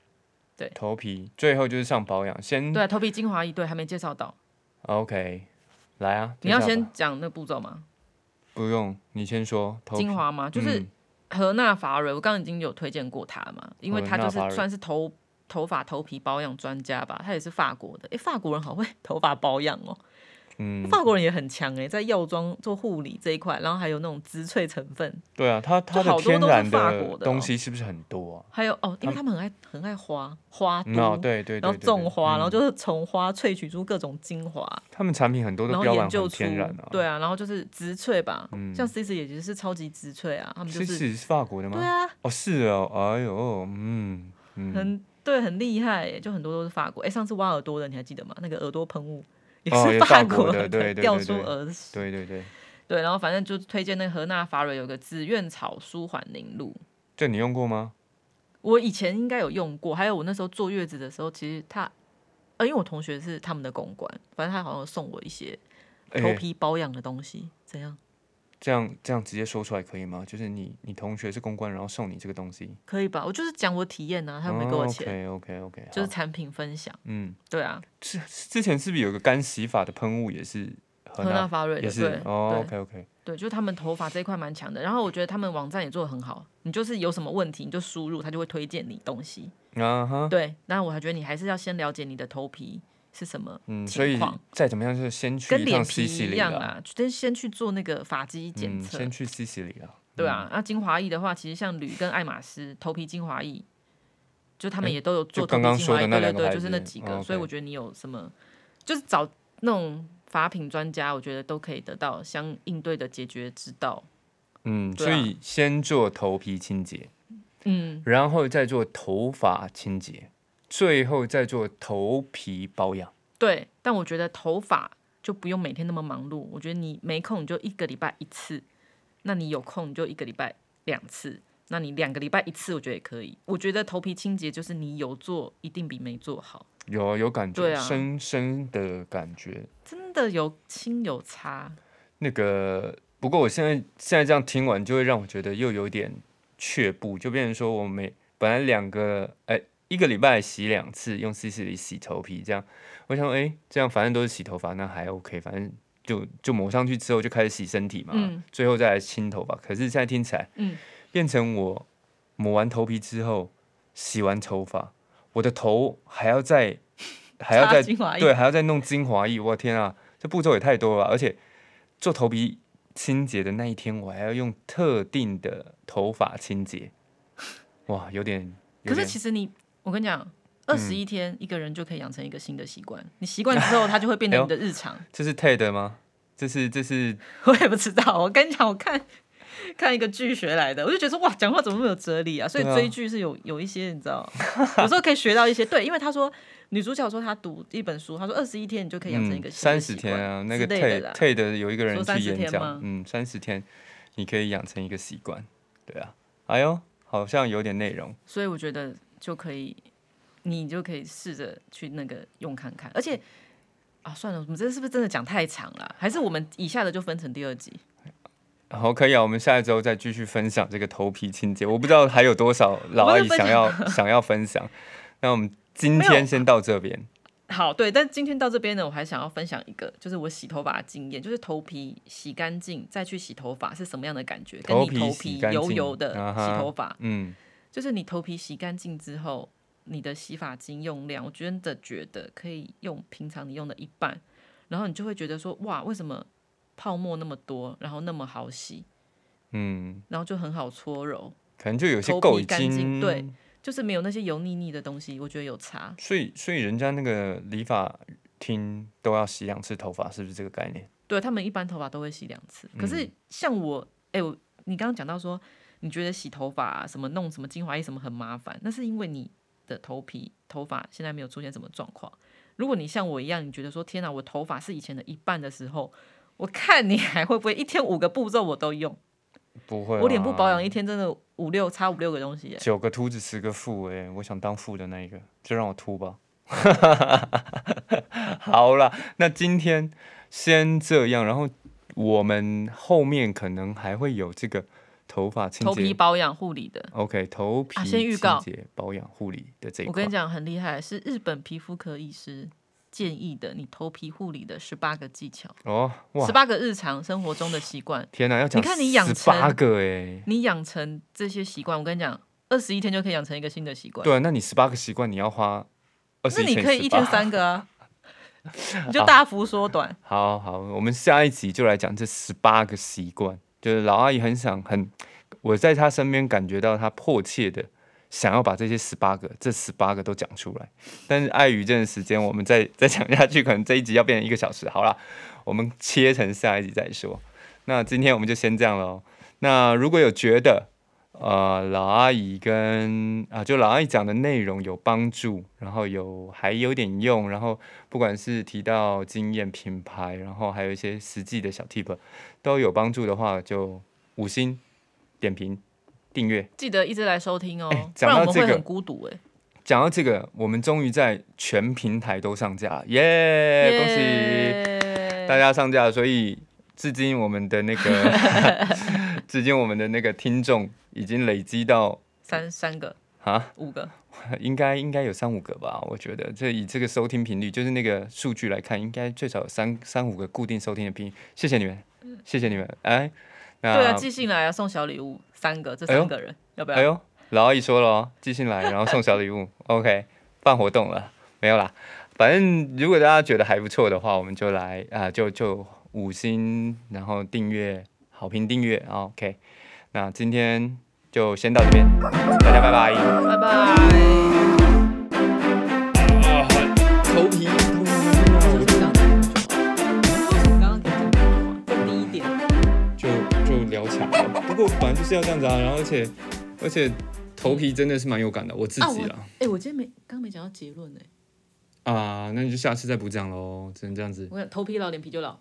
Speaker 2: 对
Speaker 1: 头皮最后就是上保养，先
Speaker 2: 对啊，头皮精华液对还没介绍到，
Speaker 1: OK，来啊，
Speaker 2: 你要
Speaker 1: 介绍吧
Speaker 2: 先讲那步骤吗？
Speaker 1: 不用，你先说头皮
Speaker 2: 精华吗？就是
Speaker 1: 嗯
Speaker 2: 荷娜法瑞，我刚刚已经有推荐过它嘛，因为
Speaker 1: 荷
Speaker 2: 它
Speaker 1: 娜
Speaker 2: 就
Speaker 1: 法
Speaker 2: 是
Speaker 1: 瑞
Speaker 2: 算是头头发头皮保养专家吧，他也是法国的。诶，法国人好会 头发保养哦，
Speaker 1: 嗯，
Speaker 2: 法国人也很强诶，在药妆做护理这一块，然后还有那种植萃成分，
Speaker 1: 对啊，它它
Speaker 2: 就
Speaker 1: 的
Speaker 2: 好多
Speaker 1: 天
Speaker 2: 都是
Speaker 1: 然
Speaker 2: 法国的
Speaker 1: 东
Speaker 2: 哦
Speaker 1: 西是不是很多啊？
Speaker 2: 还有哦，因为他们很爱很爱花花都，
Speaker 1: 嗯哦，对对对，
Speaker 2: 然后
Speaker 1: 对
Speaker 2: 种花，然后
Speaker 1: 嗯
Speaker 2: 就是从花萃取出各种精华，
Speaker 1: 他们产品很多
Speaker 2: 然
Speaker 1: 都
Speaker 2: 后
Speaker 1: 标
Speaker 2: 研
Speaker 1: 榜
Speaker 2: 究
Speaker 1: 很
Speaker 2: 出
Speaker 1: 天然啊，
Speaker 2: 对啊，然后就是植萃吧，像 C C 也就是超级植萃啊，他们就是是
Speaker 1: 是是法国的吗？
Speaker 2: 对啊，
Speaker 1: 哦，是哦，哎呦，嗯嗯，
Speaker 2: 很对，很厉害耶，就很多都是法国。哎，上次挖耳朵的你还记得吗？那个耳朵喷雾也
Speaker 1: 哦
Speaker 2: 是
Speaker 1: 也法国
Speaker 2: 国
Speaker 1: 的对对对
Speaker 2: 掉出
Speaker 1: 对
Speaker 2: 耳屎，
Speaker 1: 对对对，
Speaker 2: 对，然后反正就推荐那个荷娜法瑞有个紫苑草舒缓凝露，
Speaker 1: 这你用过吗？
Speaker 2: 我以前应该有用过，还有我那时候坐月子的时候，其实他，呃，因为我同学是他们的公关，反正他好像有送我一些头
Speaker 1: 哎
Speaker 2: 皮保养的东西，怎样
Speaker 1: 这样这样直接说出来可以吗？就是你你同学是公关，然后送你这个东西，
Speaker 2: 可以吧？我就是讲我体验啊，他又没给我钱，
Speaker 1: OK 哦 OK OK，
Speaker 2: 就是产品分享，
Speaker 1: 嗯，
Speaker 2: 对啊，
Speaker 1: 之之前是不是有个干洗发的喷雾也是
Speaker 2: 科
Speaker 1: 很啊
Speaker 2: 纳法瑞
Speaker 1: 也
Speaker 2: 的，
Speaker 1: 是
Speaker 2: 对、
Speaker 1: 哦，OK
Speaker 2: 对
Speaker 1: OK，
Speaker 2: 对，就是他们头发这一块蛮强的，然后我觉得他们网站也做的很好，你就是有什么问题你就输入，他就会推荐你东西，
Speaker 1: 啊哈，
Speaker 2: 对，那我还觉得你还是要先了解你的头皮是什么
Speaker 1: 嗯，所
Speaker 2: 情
Speaker 1: 以
Speaker 2: 况。
Speaker 1: 再怎么样就是先去
Speaker 2: 跟
Speaker 1: 一
Speaker 2: 脸
Speaker 1: 趟西
Speaker 2: 皮
Speaker 1: 西
Speaker 2: 一
Speaker 1: 里
Speaker 2: 样
Speaker 1: 啦，
Speaker 2: 啦，先先去做那个发际检
Speaker 1: 啊嗯，
Speaker 2: 测，
Speaker 1: 先去西西里啦，
Speaker 2: 对啊，那精华液的话，其实像铝跟爱马仕头皮精华液，就他们也都有做
Speaker 1: 就刚
Speaker 2: 头皮
Speaker 1: 刚
Speaker 2: 精华
Speaker 1: 说
Speaker 2: 液，
Speaker 1: 的那
Speaker 2: 对对
Speaker 1: 两个
Speaker 2: 对，
Speaker 1: 牌
Speaker 2: 就
Speaker 1: 子
Speaker 2: 是那几个。
Speaker 1: 哦
Speaker 2: 所以
Speaker 1: ，OK
Speaker 2: 我觉得你有什么，就是找那种法品专家，我觉得都可以得到相应对的解决之道。
Speaker 1: 嗯，
Speaker 2: 对
Speaker 1: 所
Speaker 2: 啊
Speaker 1: 以先做头皮清洁，
Speaker 2: 嗯，
Speaker 1: 然后再做头发清洁，最后再做头皮保养。
Speaker 2: 对。但我觉得头发就不用每天那么忙碌，我觉得你没空你就一个礼拜一次，那你有空你就一个礼拜两次。那你两个礼拜一次，我觉得也可以。我觉得头皮清洁就是你有做一定比没做好，
Speaker 1: 有啊有感觉，
Speaker 2: 对啊
Speaker 1: 深深的感觉。
Speaker 2: 真的有轻有差，
Speaker 1: 那个，不过我现在现在这样听完，就会让我觉得又有点却步，就变成说我每本来两个，哎、一个礼拜洗两次，用 CC 里洗头皮，这样，我想，哎、这样反正都是洗头发，那还 OK，反正就就抹上去之后就开始洗身体嘛，
Speaker 2: 嗯
Speaker 1: 最后再来清头发。可是现在听起来，
Speaker 2: 嗯，
Speaker 1: 变成我抹完头皮之后，洗完头发，我的头还要再还要
Speaker 2: 擦
Speaker 1: 再
Speaker 2: 精华液
Speaker 1: 对，还要再弄精华液，我的天啊，这步骤也太多了吧！而且做头皮清洁的那一天，我还要用特定的头发清洁，哇，有点。有
Speaker 2: 可是
Speaker 1: 点
Speaker 2: 其实你，我跟你讲，二十一天一个人就可以养成一个新的习
Speaker 1: 嗯
Speaker 2: 惯，你习惯之后，它就会变成你的 日常。
Speaker 1: 这是 TED 吗？这是这是
Speaker 2: 我也不知道，我跟你讲，我看 看一个剧学来的，我就觉得说哇，讲话怎么那么有哲理啊！所以
Speaker 1: 对啊
Speaker 2: 追剧是有有一些你知道， 有时候可以学到一些对，因为他说女主角说她读一本书，她说二十一天你就可以养成一个新的
Speaker 1: 嗯三十、
Speaker 2: 习
Speaker 1: 30
Speaker 2: 惯
Speaker 1: 天啊，那个
Speaker 2: 之类的
Speaker 1: TED
Speaker 2: 啦。
Speaker 1: TED 有一个人
Speaker 2: 说
Speaker 1: 去
Speaker 2: 30
Speaker 1: 演
Speaker 2: 天
Speaker 1: 讲
Speaker 2: 吗，
Speaker 1: 嗯，三十天你可以养成一个习惯，对啊，哎呦，好像有点内容，
Speaker 2: 所以我觉得就可以，你就可以试着去那个用看看，而且。啊，算了，我们这是不是真的讲太长了？啊还是我们以下的就分成第二集？
Speaker 1: 好，可以啊，我们下一周再继续分享这个头皮清洁。我不知道还有多少老阿姨想要 想要分享，那我们今
Speaker 2: 没
Speaker 1: 天
Speaker 2: 有
Speaker 1: 先到这边。
Speaker 2: 好，对，但今天到这边呢，我还想要分享一个，就是我洗头发的经验，就是头皮洗干净再去洗头发是什么样的感觉，跟
Speaker 1: 头
Speaker 2: 你
Speaker 1: 皮
Speaker 2: 头
Speaker 1: 洗
Speaker 2: 皮
Speaker 1: 干
Speaker 2: 油
Speaker 1: 净
Speaker 2: 油的
Speaker 1: 啊哈
Speaker 2: 洗头发，
Speaker 1: 嗯，
Speaker 2: 就是你头皮洗干净之后，你的洗发精用量，我真的觉得可以用平常你用的一半，然后你就会觉得说，哇，为什么泡沫那么多，然后那么好洗，
Speaker 1: 嗯，
Speaker 2: 然后就很好搓揉，
Speaker 1: 可能就有些
Speaker 2: 头皮
Speaker 1: 够已
Speaker 2: 干
Speaker 1: 经
Speaker 2: 净对，就是没有那些油腻腻的东西，我觉得有差。
Speaker 1: 所以所以人家那个理发厅都要洗两次头发，是不是这个概念？
Speaker 2: 对他们一般头发都会洗两次，
Speaker 1: 嗯
Speaker 2: 可是像我，哎、我你刚刚讲到说，你觉得洗头发、啊、什么弄什么精华液什么很麻烦，那是因为你的头皮头发现在没有出现什么状况。如果你像我一样，你觉得说天哪、我头发是以前的一半的时候，我看你还会不会一天五个步骤我都用？
Speaker 1: 不会、啊，
Speaker 2: 我脸部保养一天真的五六差五六个东西耶、
Speaker 1: 九个秃子十个富、欸，我想当富的那一个，就让我秃吧。 好了，那今天先这样，然后我们后面可能还会有这个头发清
Speaker 2: 头皮
Speaker 1: 洁
Speaker 2: 保养护理的，
Speaker 1: ，OK，头皮
Speaker 2: 啊
Speaker 1: 清
Speaker 2: 先预告
Speaker 1: 洁、保养、护理的这一
Speaker 2: 我跟
Speaker 1: 块
Speaker 2: 你。讲很厉害，是日本皮肤科医师建议的，你头皮护理的十八个技巧。
Speaker 1: 哦，哇
Speaker 2: 十，八个日常生活中的习惯，
Speaker 1: 天哪，要讲
Speaker 2: 你看你养
Speaker 1: 十八
Speaker 2: 成
Speaker 1: 个哎、欸，
Speaker 2: 你养成这些习惯，我跟你讲，二十一天就可以养成一个新的习惯。
Speaker 1: 对啊，那你十八个习惯你要花二
Speaker 2: 那
Speaker 1: 十啊
Speaker 2: 你
Speaker 1: 一
Speaker 2: 可以一天
Speaker 1: 18
Speaker 2: 三个 啊，你就大幅缩短。
Speaker 1: 好好，我们下一集就来讲这十八个习惯，就是老阿姨很想很，我在她身边感觉到她迫切的想要把这些十八个，这十八个都讲出来，但是碍于这个时间，我们再 再讲下去，可能这一集要变成一个小时。好啦，我们切成下一集再说。那今天我们就先这样喽。那如果有觉得呃老阿姨跟啊就老阿姨讲的内容有帮助，然后有还有点用，然后不管是提到经验、品牌，然后还有一些实际的小 tip 都有帮助的话，就五星点评、订阅。
Speaker 2: 记得一直来收听哦，
Speaker 1: 哎
Speaker 2: 不
Speaker 1: 讲
Speaker 2: 然
Speaker 1: 到
Speaker 2: 我们
Speaker 1: 这
Speaker 2: 会
Speaker 1: 个
Speaker 2: 很孤独哎、
Speaker 1: 讲到这个，我们终于在全平台都上架了，耶、哎恭喜！
Speaker 2: 喜
Speaker 1: 大！家上架，所以至今我们的那个， 至今我们的那个听众已经累积到
Speaker 2: 三三个
Speaker 1: 啊，
Speaker 2: 五个，
Speaker 1: 应该应该有三五个吧，我觉得这以这个收听频率，就是那个数据来看，应该最少有三三五个固定收听的频率。谢谢你们，谢谢你们，哎，那
Speaker 2: 嗯对啊，寄信来啊，送小礼物三个，这
Speaker 1: 哎呦
Speaker 2: 三个人、要不要？
Speaker 1: 哎呦，老阿姨说了哦，寄信来，然后送小礼物，OK，办活动了，没有啦。反正如果大家觉得还不错的话，我们就来啊、就就五星，然后订阅、好评订阅，OK。那今天就先到这边，大家拜拜。
Speaker 2: 拜
Speaker 1: 啊
Speaker 2: 拜。
Speaker 1: 头皮就就聊起来了，不过反正就是要这样子啊，然后而且而且头皮真的是蛮有感的，我自
Speaker 2: 啊，
Speaker 1: 己
Speaker 2: 我
Speaker 1: 啦。
Speaker 2: 哎、我今天没刚没讲到结论呢、
Speaker 1: 啊，那你就下次再补讲喽，只能这样 子。
Speaker 2: 我想头皮老脸皮就老。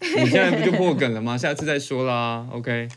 Speaker 1: 你现在不就破梗了吗？下次再说啦，OK。